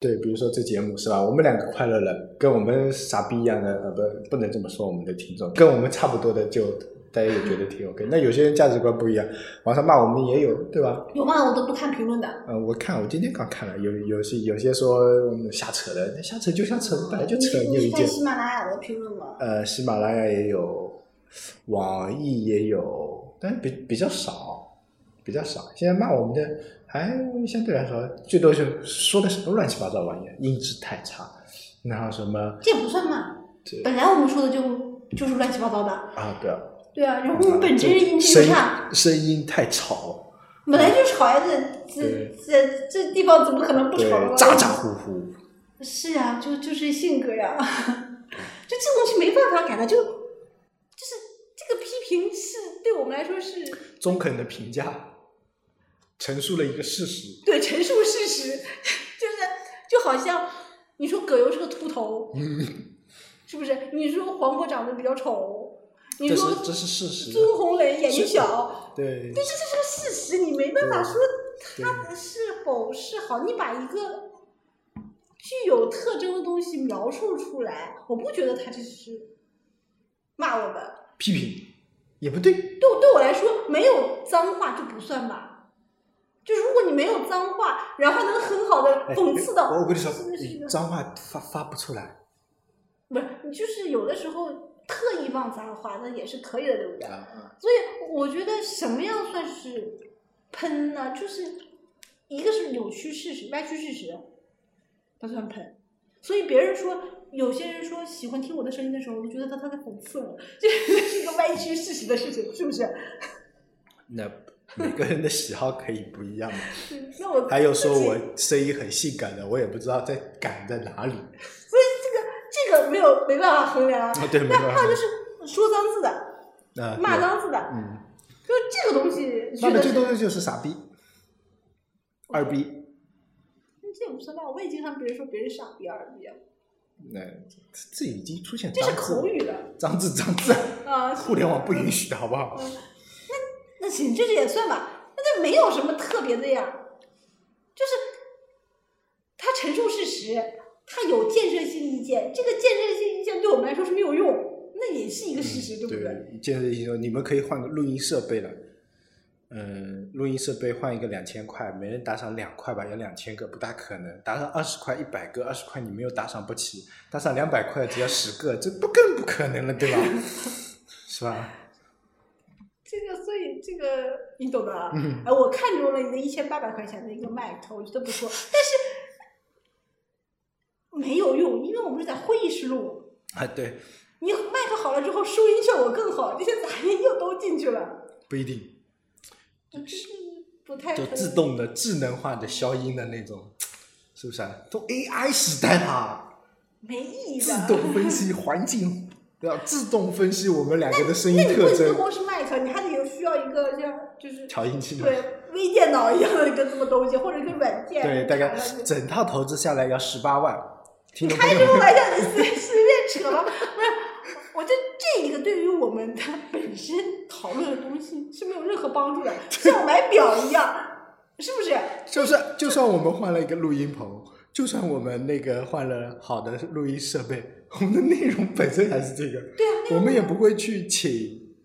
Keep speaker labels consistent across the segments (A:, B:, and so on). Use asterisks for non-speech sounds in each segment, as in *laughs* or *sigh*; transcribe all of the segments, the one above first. A: 对，比如说这节目是吧？我们两个快乐了，跟我们傻逼一样的，呃，不，不能这么说我们的听众，跟我们差不多的就大家也觉得挺 OK。那有些人价值观不一样，网上骂我们也有，对吧？
B: 有吗？我都不看评论的。
A: 嗯、我看我今天刚看了，有有些有些说嗯瞎扯的，那瞎扯就瞎扯，本来就扯，
B: 你
A: 你有
B: 你
A: 意
B: 是看
A: 见。
B: 喜马拉雅的评论吗？
A: 呃，喜马拉雅也有，网易也有，但是比比较少，比较少。现在骂我们的还相对来说，最多是说的什么乱七八糟玩意儿，音质太差，然后什么
B: 这也不算嘛
A: 对。
B: 本来我们说的就就是乱七八糟的。
A: 啊，对啊，
B: 对啊，然后我们本身音质
A: 声
B: 不差，
A: 声音太吵，
B: 本来就吵呀，这这
A: 对
B: 这这地方怎么可能不
A: 对
B: 吵啊？，
A: 咋咋呼呼，
B: 是呀、就就是性格呀、 *laughs* 就这东西没办法改的，就就是这个批评是对我们来说是
A: 中肯的评价，陈述了一个事实，
B: 对陈述事实， *laughs* 就是就好像你说葛优是个
A: *laughs*
B: 秃头，是不是？你说黄渤长得比较丑，你
A: 这
B: 说
A: 是这是事实，
B: 朱红雷眼
A: 是
B: 睛小，
A: 对
B: 对，这就是个事实，你没办法说
A: 对
B: 它的是否是好。你把一个具有特征的东西描述出来，我不觉得他这是骂我们。
A: 批评也不对，
B: 对我对我来说，没有脏话就不算吧。就如果你没有脏话，然后能很好的
A: 哎
B: 讽刺到，
A: 我我跟你说
B: 是不，是一
A: 你
B: 个
A: 脏话发发不出来。
B: 不是你就是有的时候特意放脏话，那也是可以的，对不对？
A: 啊啊！
B: 所以我觉得什么样算是喷呢？就是一个是扭曲事实、歪曲事实，它算喷。所以别人说，有些人说喜欢听我的声音的时候，我就觉得他他在讽刺我，这这是一个歪曲事实的事情，是不是？
A: 那每个人的喜好可以不一样嘛。 *laughs*
B: 嗯那我
A: 还有说
B: 自己
A: 我声音很性感的，我也不知道在感在哪
B: *laughs*
A: 里。哦
B: 这个没有没办法衡量。
A: 啊，对，没
B: 那
A: 办
B: *laughs* 还有就
A: 法。
B: 是说脏字的、
A: 那
B: 骂，脏字
A: 对
B: 的，
A: 嗯，
B: 就这个东西，
A: 骂
B: 觉
A: 的
B: 得
A: 最
B: 是
A: 多的就是傻逼、二逼。
B: 这也不算吧？我也经常别人说别人傻逼、二逼啊，
A: 那这已经出现
B: 这
A: 脏
B: 是
A: 字，
B: 口语的
A: 脏字，脏字，
B: 啊。
A: 互联网不允许的好不好？
B: 那行，这也算吧，那就没有什么特别的呀，就是他陈述事实，他有建设性意见，这个建设性意见对我们来说是没有用，那也是一个 *laughs* 事实，对不对？
A: 嗯对，建设性说你们可以换个录音设备了。嗯，录音设备换一个两千块，每人打赏两块吧，有两千个不大可能。打赏二十块、一百个，二十块你们又打赏不起，打赏两百块只要十个，这不更不可能了，对吧？ *laughs* 是吧？
B: 这个，所以这个你懂的啊。
A: 嗯
B: 哎，我看中了你的一千八百块钱的一个麦克，我觉得不错，但是没有用，因为我们是在会议室录，
A: 啊，对，
B: 你麦克好了之后，收音效果更好，这些杂音又都进去了，
A: 不一定，
B: 就是不太
A: 就
B: 可
A: 自
B: 能
A: 动的、智能化的消音的那种，是不是啊？都 AI 时代
B: *laughs*
A: 啦，
B: 没意义的。
A: 自动分析环境，要自动分析我们两个的声音
B: *laughs* 那你不
A: 特
B: 能
A: 征，
B: 光是麦克，你还得有需要一个像就是
A: 调音器嘛。
B: 对微电脑一样的一个什么东西，或者一个软件。
A: 对，大概
B: 你
A: 整套投资下来要十八万。听众朋
B: 开
A: 友
B: *laughs* 这种
A: 们，
B: 玩笑，你随随便扯吧。不是，我这这一个对于我们的本身讨论的东西是没有任何帮助的，像买表一样，是不是？
A: 就算就算我们换了一个录音棚，就算我们那个换了好的录音设备， *laughs* 我们的内容本身还是这个，
B: 对啊，那个
A: 我们也不会去请，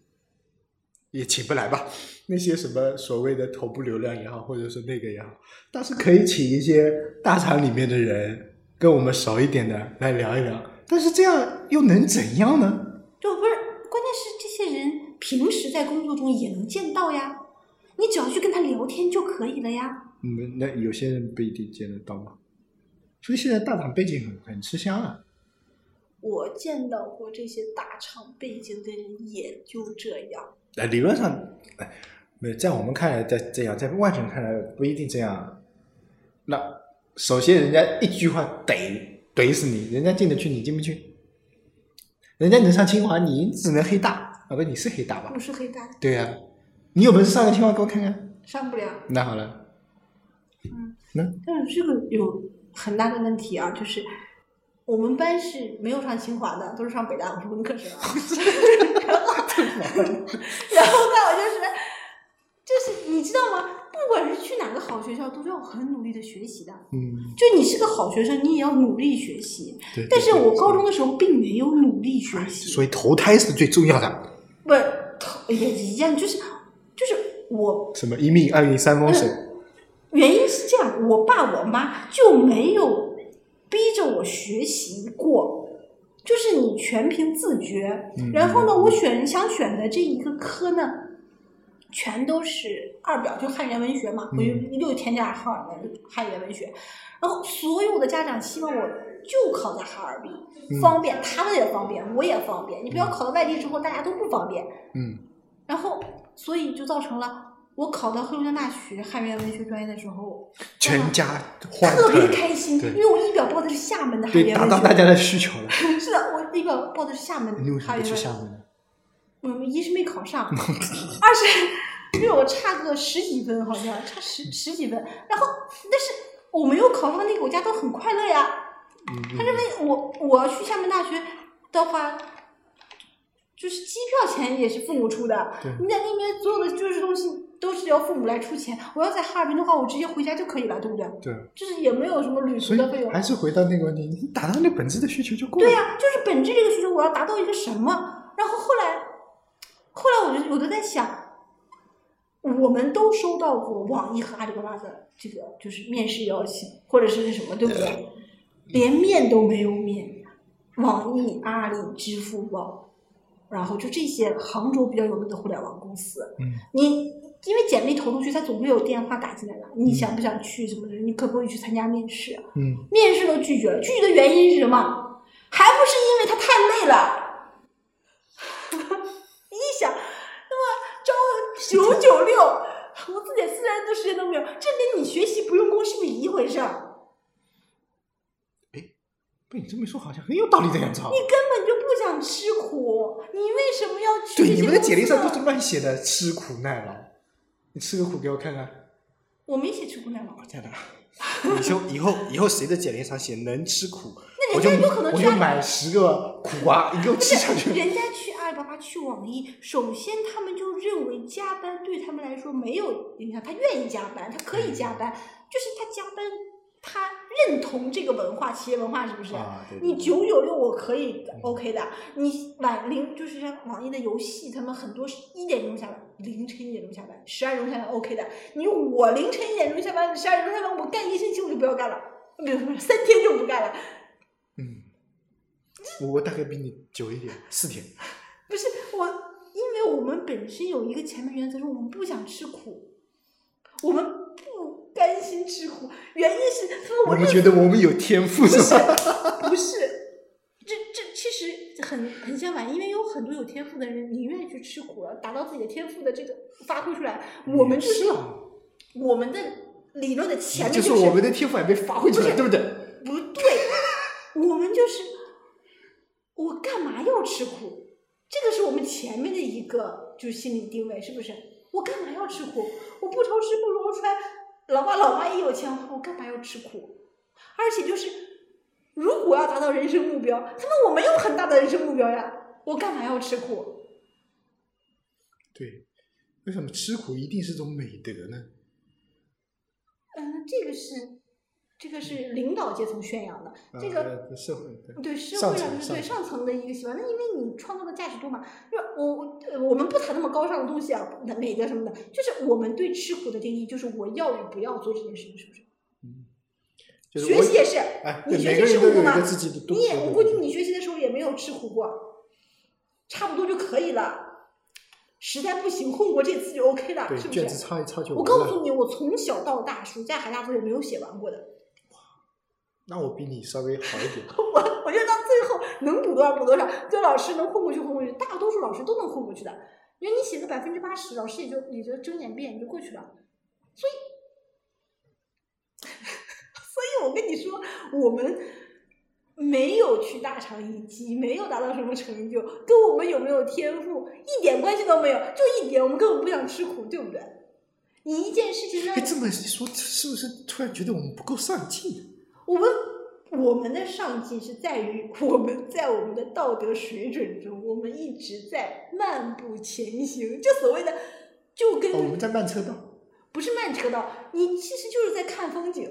A: 也请不来吧？那些什么所谓的头部流量也好，或者是那个也好，但是可以请一些大厂里面的人跟我们熟一点的来聊一聊。但是这样又能怎样呢？
B: 就不是，关键是这些人平时在工作中也能见到呀，你只要去跟他聊天就可以了呀。
A: 嗯，那有些人不一定见得到嘛。所以现在大厂背景很很吃香啊。
B: 我见到过这些大厂背景的人也就这样，
A: 呃，理论上，哎，没有在我们看来在这样，在外省看来不一定这样啊。那首先人家一句话怼怼死你，人家进得去你进不去，人家能上清华你只能黑大啊，不你是黑大吧
B: 不？是黑带
A: 对啊呀、你有本事上个清华给我看看。
B: 上不了。
A: 那好了，
B: 但是这个有很大的问题啊，就是我们班是没有上清华的，都是上北大，我是文科生啊。 *laughs* 然后，然后呢，我就是，就是你知道吗？不管是去哪个好学校，都是要很努力的学习的。
A: 嗯，
B: 就你是个好学生，你也要努力学习。
A: 对。
B: 但是
A: 对
B: 我高中的时候并没有努力学习，
A: 所以投胎是最重要的，
B: 不头也一样，就是就是我
A: 什么一命二运三风水，
B: 原因是这样，我爸我妈就没有逼着我学习过，就是你全凭自觉。
A: 嗯
B: 然后呢，我选想选的这一个科呢，全都是二表，就汉语言文学嘛，我就
A: 嗯
B: 一溜添加哈尔文汉语言文学。然后所有的家长希望我就考在哈尔滨，
A: 嗯
B: 方便，他们也方便，我也方便。你不要
A: 嗯
B: 考到外地之后，大家都不方便。
A: 嗯
B: 然后，所以就造成了我考到黑龙江大学汉语言文学专业的时候，
A: 全家欢
B: 特别
A: 腾，
B: 开心，
A: 对
B: 因为我一表报的是厦门的汉语
A: 对，
B: 言
A: 达
B: 文
A: 到大
B: 学。
A: 家的需
B: *laughs*
A: 求了。
B: 是的，我一表报的是厦门
A: 你为什
B: 汉
A: 么
B: 语
A: 不
B: 言
A: 去
B: 文
A: 厦
B: 学。
A: 门？
B: 我一是没
A: *laughs*
B: 考上，二是因为我差个十几分，好像差十十几分。然后，但是我没有考上那个国家，都很快乐呀。
A: 嗯
B: 他认为我我要去厦门大学的话，就是机票钱也是父母出的，
A: 对
B: 你在那边所有的就是东西都是要父母来出钱。我要在哈尔滨的话，我直接回家就可以了，对不对？
A: 对，
B: 就是也没有什么旅途
A: 所
B: 的费用
A: 以。还是回到那个问题，你达到那本质的需求就够了。
B: 对呀、就是本质这个需求，我要达到一个什么？然后后来，后来我就我就在想，我们都收到过网易和阿里巴巴的这个就是面试邀请，或者是什么，对不对？ *laughs* 连面都没有面，网易、阿里、支付宝，然后就这些杭州比较有名的互联网公司，
A: 嗯
B: 你因为简历投出去，他总会有电话打进来的，你想不想去什么的？你可不可以去参加面试？啊
A: 嗯，
B: 面试都拒绝了，拒绝的原因是什么？还不是因为他太累了。 *laughs* 你想，那么招九九六，我自己自然的时间都没有，这跟你学习不用功是不是一回事儿？
A: 被你这么一说，好像很有道理的样子啊。
B: 你根本就不想吃苦，你为什么要去？
A: 对，你们的简历上都是。乱写的，吃苦耐劳。你吃个苦给我看看。
B: 我没写吃苦耐劳，
A: 天哪！以后 *laughs* 以后以后谁的简历上写能吃苦，
B: 那
A: 我
B: 人
A: 就
B: 家有可能
A: 我
B: 去
A: 就
B: 阿
A: 买十个苦瓜，你给我吃下
B: *laughs*
A: 去。
B: 人家去阿里巴巴、去网易，首先他们就认为加班对他们来说没有影响，他愿意加班，他可
A: 嗯
B: 以加班，就是他加班，他认同这个文化，企业文化是不是？
A: 啊，嗯对
B: 你
A: 对，
B: 九九六我可以 OK 的，你晚零就是像网易的游戏，他们很多是一点钟下班，凌晨一点钟下班，十二点钟下班 OK 的。你我凌晨一点钟下班，十二点钟下班，我干一星期我就不要干了，不是不是三天就不干了。
A: 嗯，我我大概比你久一点，四天。
B: 不是我，因为我们本身有一个前面原则，是我们不想吃苦，我们不甘心吃苦。原因是，因为
A: 我
B: 我
A: 们
B: 认
A: 觉得我们有天赋是吧？
B: 不是，这这其实很很相反，因为有很多有天赋的人，宁愿去吃苦了，达到自己的天赋的这个发挥出来。我们就是
A: 啊，
B: 我们的理论的前面
A: 就是
B: 是
A: 我们的天赋还没发挥出来，对不对？
B: 不对，我们就是我干嘛要吃苦？这个是我们前面的一个就是心理定位，是不是？我干嘛要吃苦？我不愁吃不愁穿，老爸老妈也有钱花，我干嘛要吃苦？而且就是，如果要达到人生目标，他妈我没有很大的人生目标呀，我干嘛要吃苦？
A: 对，为什么吃苦一定是种美德呢？
B: 嗯，这个是，这个是领导阶层宣扬的，这个。
A: 啊呃社会对
B: 对社
A: 上
B: 会上
A: 层
B: 是
A: 上
B: 对
A: 层
B: 上层的一个喜欢，那因为你创造的价值多嘛。就是我我呃我们不谈那么高尚的东西啊，美德什么的，就是我们对吃苦的定义，就是我要与不要做这件事情，是不是？
A: 就是
B: 学
A: 我
B: 习也是，
A: 哎，
B: 你
A: 对
B: 学
A: 每
B: 习
A: 个
B: 吃
A: 人都
B: 苦
A: 有
B: 过
A: 一
B: 吗
A: 个自己的东
B: 你
A: 西。
B: 也我估计你学习的时候也没有吃苦过，差不多就可以了。实在不行，混过这次就 OK 了，
A: 对
B: 是不
A: 卷子
B: 是？
A: 抄一抄就
B: 我
A: 完
B: 告
A: 了
B: 诉你，我从小到大，暑假寒假作业没有写完过的。
A: 那我比你稍微好一点。
B: 我 *laughs* 我觉得到最后能补多少补多少，就老师能混过去混过去，大多数老师都能混过去的。因为你写个百分之八十，老师也就也就睁眼闭眼就过去了。所以， *laughs* 所以我跟你说，我们没有去大厂一击，没有达到什么成就，跟我们有没有天赋一点关系都没有。就一点，我们根本不想吃苦，对不对？你一件事情让
A: 哎，这么一说，是不是突然觉得我们不够上进？
B: 我们我们的上进是在于我们在我们的道德水准中，我们一直在漫步前行，就所谓的就跟、
A: 哦哦，我们在慢车道。
B: 不是慢车道，你其实就是在看风景，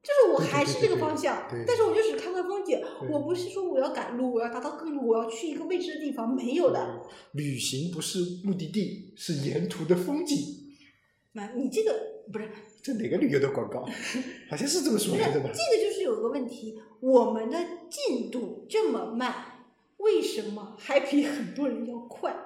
B: 就是我还是这个方向，
A: 对对对对对
B: 但是我就只看看风景，
A: 对
B: 我不是说我要赶路，我要达到更路，我要去一个未知的地方，没有
A: 嗯
B: 的。
A: 旅行不是目的地，是沿途的风景。
B: 妈，你这个不是
A: 这哪个旅游的广告？好像是这么说
B: *laughs* 不是
A: 来的
B: 这
A: 吧？
B: 个就是有个问题，我们的进度这么慢，为什么还比很多人要快？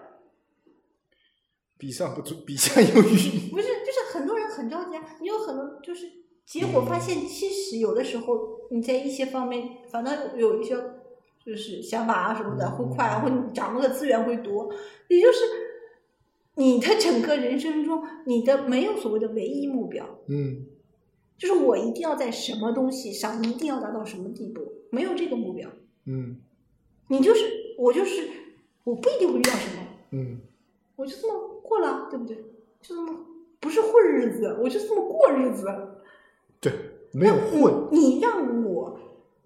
A: 比上不足，比下有余。
B: 不是，就是很多人很着急啊，你有很多就是结果发现，其实有的时候你在一些方面反倒有有一些就是想法啊什么的会快啊，或者你掌握的资源会多，也就是你的整个人生中，你的没有所谓的唯一目标，
A: 嗯，
B: 就是我一定要在什么东西上一定要达到什么地步，没有这个目标，
A: 嗯
B: 你就是我就是我不一定会遇到什么，
A: 嗯，
B: 我就这么过了，对不对？就这么不是混日子，我就这么过日子。
A: 对，没有混，
B: 你让我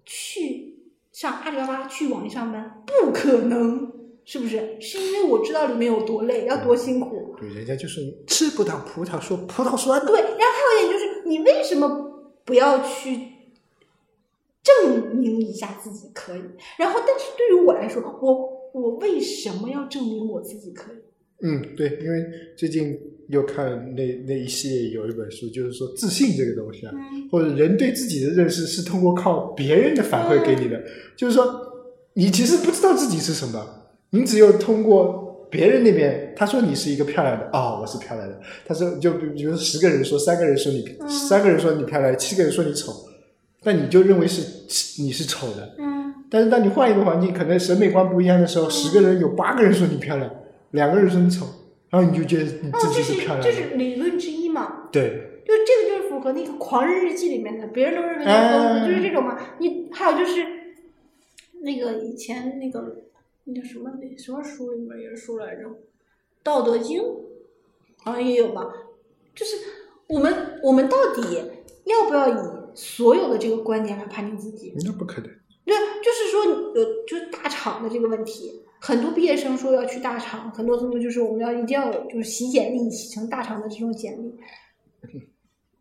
B: 去上阿里巴巴去网易上班，不可能，是不是？是因为我知道里面有多累，要多辛苦。
A: 对，人家就是吃不到葡萄说 *laughs* 葡萄酸的。
B: 对，然后还有一点就是，你为什么不要去证明一下自己可以？然后，但是对于我来说，我我为什么要证明我自己可以？
A: 嗯，对，因为最近又看那那一系列有一本书，就是说自信这个东西啊，
B: 嗯，
A: 或者人对自己的认识是通过靠别人的反馈给你的，就是说你其实不知道自己是什么，你只有通过别人那边，他说你是一个漂亮的，哦，我是漂亮的，他说就比比如说十个人说，三个人说你，
B: 嗯
A: 三个人说你漂亮，七个人说你丑，但你就认为是你是丑的，
B: 嗯，
A: 但是当你换一个环境，可能审美观不一样的时候，十个人有八个人说你漂亮，两个人说你丑，然后你就觉得你
B: 哦，
A: 自
B: 这
A: 己
B: 是
A: 漂亮的。
B: 这是理论之一嘛。
A: 对，
B: 就这个就是符合那个《狂人日记》里面的，别人都认为他疯子，
A: 哎
B: 就是这种嘛。你还有就是那个以前那个那叫什么那什么书里面也是说来着，《道德经》好像也有吧。就是我们我们到底要不要以所有的这个观点来判定自己？
A: 那不可能。
B: 对，就是说有就是大厂的这个问题，很多毕业生说要去大厂，很多同学就是我们要一定要有就是洗简历，洗成大厂的这种简历。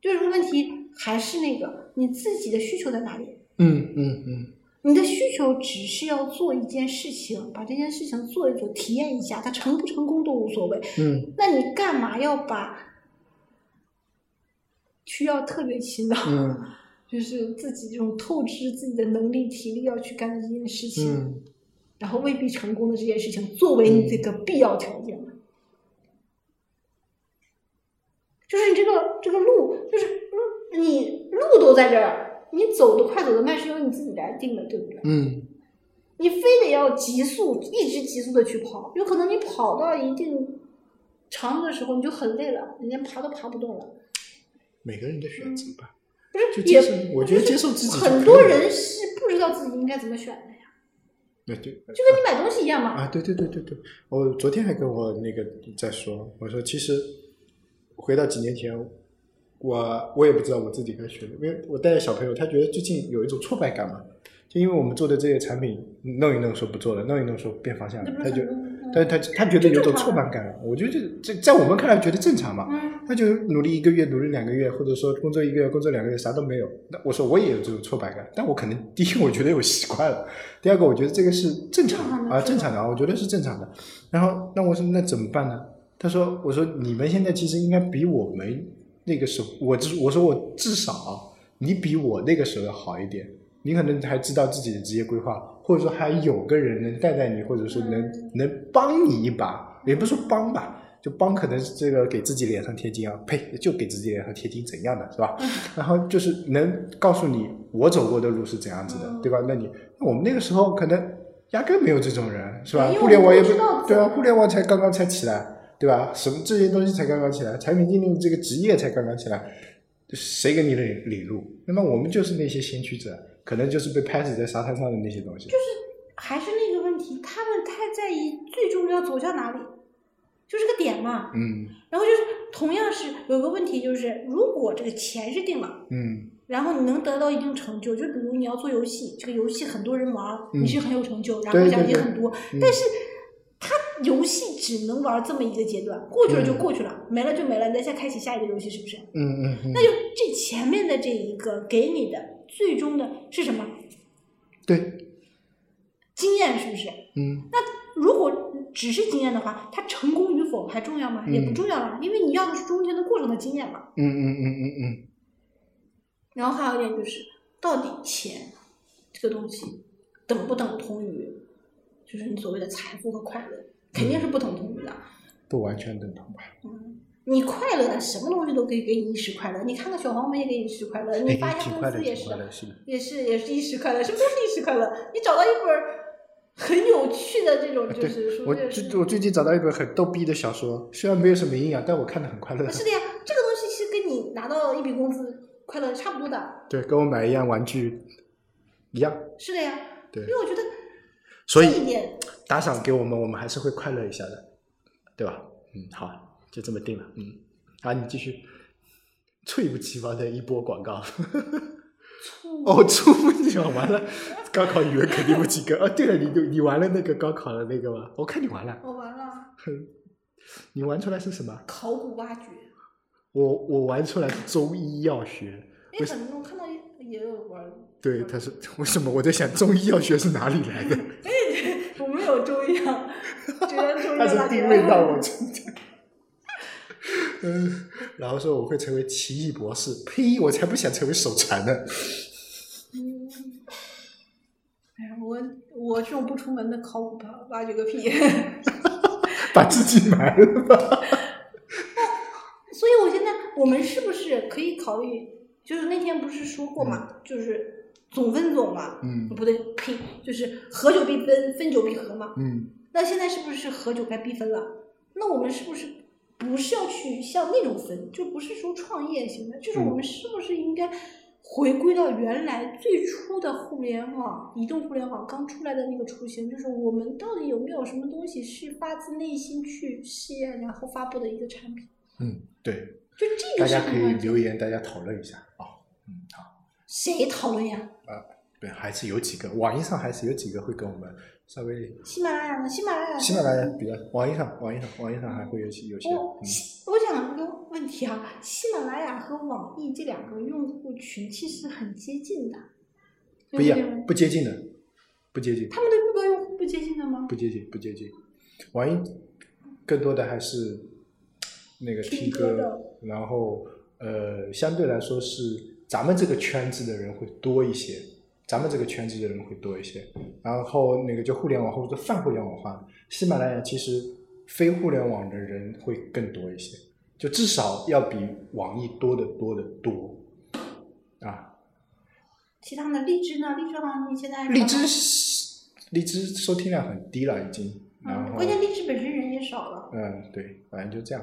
B: 就是说问题还是那个你自己的需求在哪里？
A: 嗯嗯嗯，
B: 你的需求只是要做一件事情，把这件事情做一做，体验一下，它成不成功都无所谓。
A: 嗯
B: 那你干嘛要把需要特别勤劳， *laughs*
A: 嗯
B: 就是自己这种透支自己的能力、体力要去干的这件事情？
A: 嗯，
B: 然后未必成功的这件事情作为你这个必要条件吧。就是你这个这个路，就是嗯你路都在这儿，你走得快走得慢是由你自己来定的，对不对？
A: 嗯
B: 你非得要急速，一直急速的去跑，有可能你跑到一定长度的时候你就很累了，你连爬都爬不动了。
A: 每个人的选择吧，
B: 不
A: 就
B: 是，也
A: 接受，我觉得接受自己就可以了。
B: 很多人是不知道自己应该怎么选的呀，
A: 对哎对
B: 嗯就跟你买东西一样嘛。
A: 啊，对对对对对，我昨天还跟我那个在说，我说其实回到几年前，我我也不知道我自己该学的，因为我带着小朋友，他觉得最近有一种挫败感嘛，就因为我们做的这些产品弄一弄说不做了，弄一弄说变方向
B: 这
A: 了
B: 不，
A: 他
B: 是
A: 就
B: 很，多嗯
A: 但是他他觉得有种
B: 正常
A: 挫败感，我觉得这这在我们看来觉得正常嘛，
B: 嗯
A: 那就努力一个月，努力两个月，或者说工作一个月，工作两个月，啥都没有。那我说我也有这种挫败感，但我可能第一我觉得有习惯了，第二个我觉得这个是正常
B: 正常的
A: 啊，
B: 是吧
A: 正常的啊，我觉得是正常的。然后那我说那怎么办呢？他说我说你们现在其实应该比我们那个时候，我至我说我至少啊你比我那个时候要好一点，你可能还知道自己的职业规划，或者说还有个人能带带你，或者说能、
B: 嗯
A: 能帮你一把，也不是说帮吧，就帮可能是这个给自己脸上贴金啊，呸，就给自己脸上贴金怎样的是
B: 嗯
A: 吧？然后就是能告诉你我走过的路是怎样子的，
B: 嗯
A: 对吧？那你那我们那个时候可能压根没有这种人，是吧
B: 没？有
A: 互联网也
B: 不知道
A: 对啊，
B: 怎么
A: 互联网才刚刚才起来，对吧？什么这些东西才刚刚起来，产品经理这个职业才刚刚起来，谁给你领领路？那么我们就是那些先驱者，可能就是被拍死在沙滩上的那些东西。
B: 还是那个问题，他们太在意最终要走向哪里，就是个点嘛。
A: 嗯
B: 然后就是同样是有个问题，就是如果这个钱是定了，
A: 嗯
B: 然后你能得到一定成就，就比如你要做游戏，这个游戏很多人玩儿，
A: 嗯
B: 你是很有成就，然
A: 对
B: 后
A: 对
B: 奖金
A: 对
B: 很多，
A: 嗯
B: 但是他游戏只能玩这么一个阶段，过去了就过去了，没了就没了，你再开启下一个游戏，是不是？
A: 嗯嗯嗯，
B: 那就这前面的这一个给你的最终的是什么
A: 对，
B: 经验，是不是？
A: 嗯
B: 如果只是经验的话，它成功与否还重要吗？也不
A: 嗯
B: 重要了，因为你要的是中间的过程的经验嘛。
A: 嗯嗯嗯嗯嗯，
B: 然后还有一点就是，到底钱这个东西等不等同于，就是你所谓的财富和快乐，肯定是不等同于的。
A: 不完全等同吧。
B: 你快乐的什么东西都可以给你一时快乐，你看个小黄文也给你一时快乐，你
A: 哎
B: 发一
A: 挺
B: 下
A: 快
B: 工
A: 的，
B: 资也
A: 挺
B: 是啊
A: 快，的，是的。
B: 也是也是一时快乐，什么都是一时快乐。你找到一本儿很有趣的这种，就
A: 对
B: 是说
A: 我
B: 这是
A: 最我最近找到一本很逗逼的小说，虽然没有什么营养，但我看的很
B: *laughs*
A: 快乐。
B: 是的呀，这个东西其实跟你拿到一笔工资快乐差不多的，
A: 对，跟我买一样玩具一样。
B: 是的呀。
A: 对
B: 因为我觉得
A: 所
B: 这
A: 以
B: 一点，
A: 打赏给我们，我们还是会快乐一下的，对吧？嗯，好，就这么定了。嗯，啊，你继续。猝不及防的一波广告， *laughs* 哦，猝不及防，完了，高考语文肯定不及格。哦，对了，你你你玩了那个高考的那个吗？我看你玩了，
B: 我哦完了，
A: 你玩出来是什么？
B: 考古挖掘，
A: 我我玩出来是中医药学，
B: 哎，很多我看到也有玩儿，
A: 对，他是 *laughs* 为什么？我在想中医药学是哪里来的？
B: 我没有中医啊，只能中
A: *laughs*
B: 医
A: 他
B: 大
A: 是
B: 学 *laughs*
A: 定位到我身上。嗯，然后说我会成为奇异博士，呸！我才不想成为手残呢。
B: 嗯，哎呀，我我这种不出门的考古吧，挖掘个屁！ *laughs*
A: 把自己埋了吧。
B: 所以我现在我们是不是可以考虑？就是那天不是说过嘛，就是总分总嘛，
A: 嗯
B: 不对，呸，就是合久必分，分久必合嘛。
A: 嗯，
B: 那现在是不是合久该必分了？那我们是不是不是要去像那种分，就不是说创业型的，就是
A: 嗯
B: 我们是不是应该回归到原来最初的互联网、移动互联网刚出来的那个雏形？就是我们到底有没有什么东西是发自内心去试验，然后发布的一个产品？
A: 嗯，对，
B: 就
A: 大
B: 这个是
A: 家可
B: 很
A: 以
B: 关键。
A: 留言，大家讨论一下啊、嗯，好，
B: 谁讨论呀？
A: 对，还是有几个，网易上还是有几个会跟我们稍微，
B: 喜马拉雅呢？喜马拉雅。
A: 喜马拉雅比较，网易上，网易上，网易上还会有些有些，
B: 我
A: 嗯，
B: 喜我想一个问题啊，喜马拉雅和网易这两个用户群其实很接近的，
A: 不一样，不接近的，不接近。
B: 他们的目标用户不接近的吗？
A: 不接近，不接近。网易更多的还是那个
B: 听
A: 听
B: 歌
A: 歌
B: 的，
A: 然后呃，相对来说是咱们这个圈子的人会多一些，咱们这个圈子的人会多一些。然后那个就互联网或者泛互联网化，喜马拉雅其实非互联网的人会更多一些，就至少要比网易多得多得多啊。
B: 其他的荔枝呢？荔枝好嗯像你现在
A: 荔枝是荔枝收听量很低了已经，然
B: 嗯，
A: 后
B: 关键荔枝本身人也少了。
A: 嗯，对，反正就这样。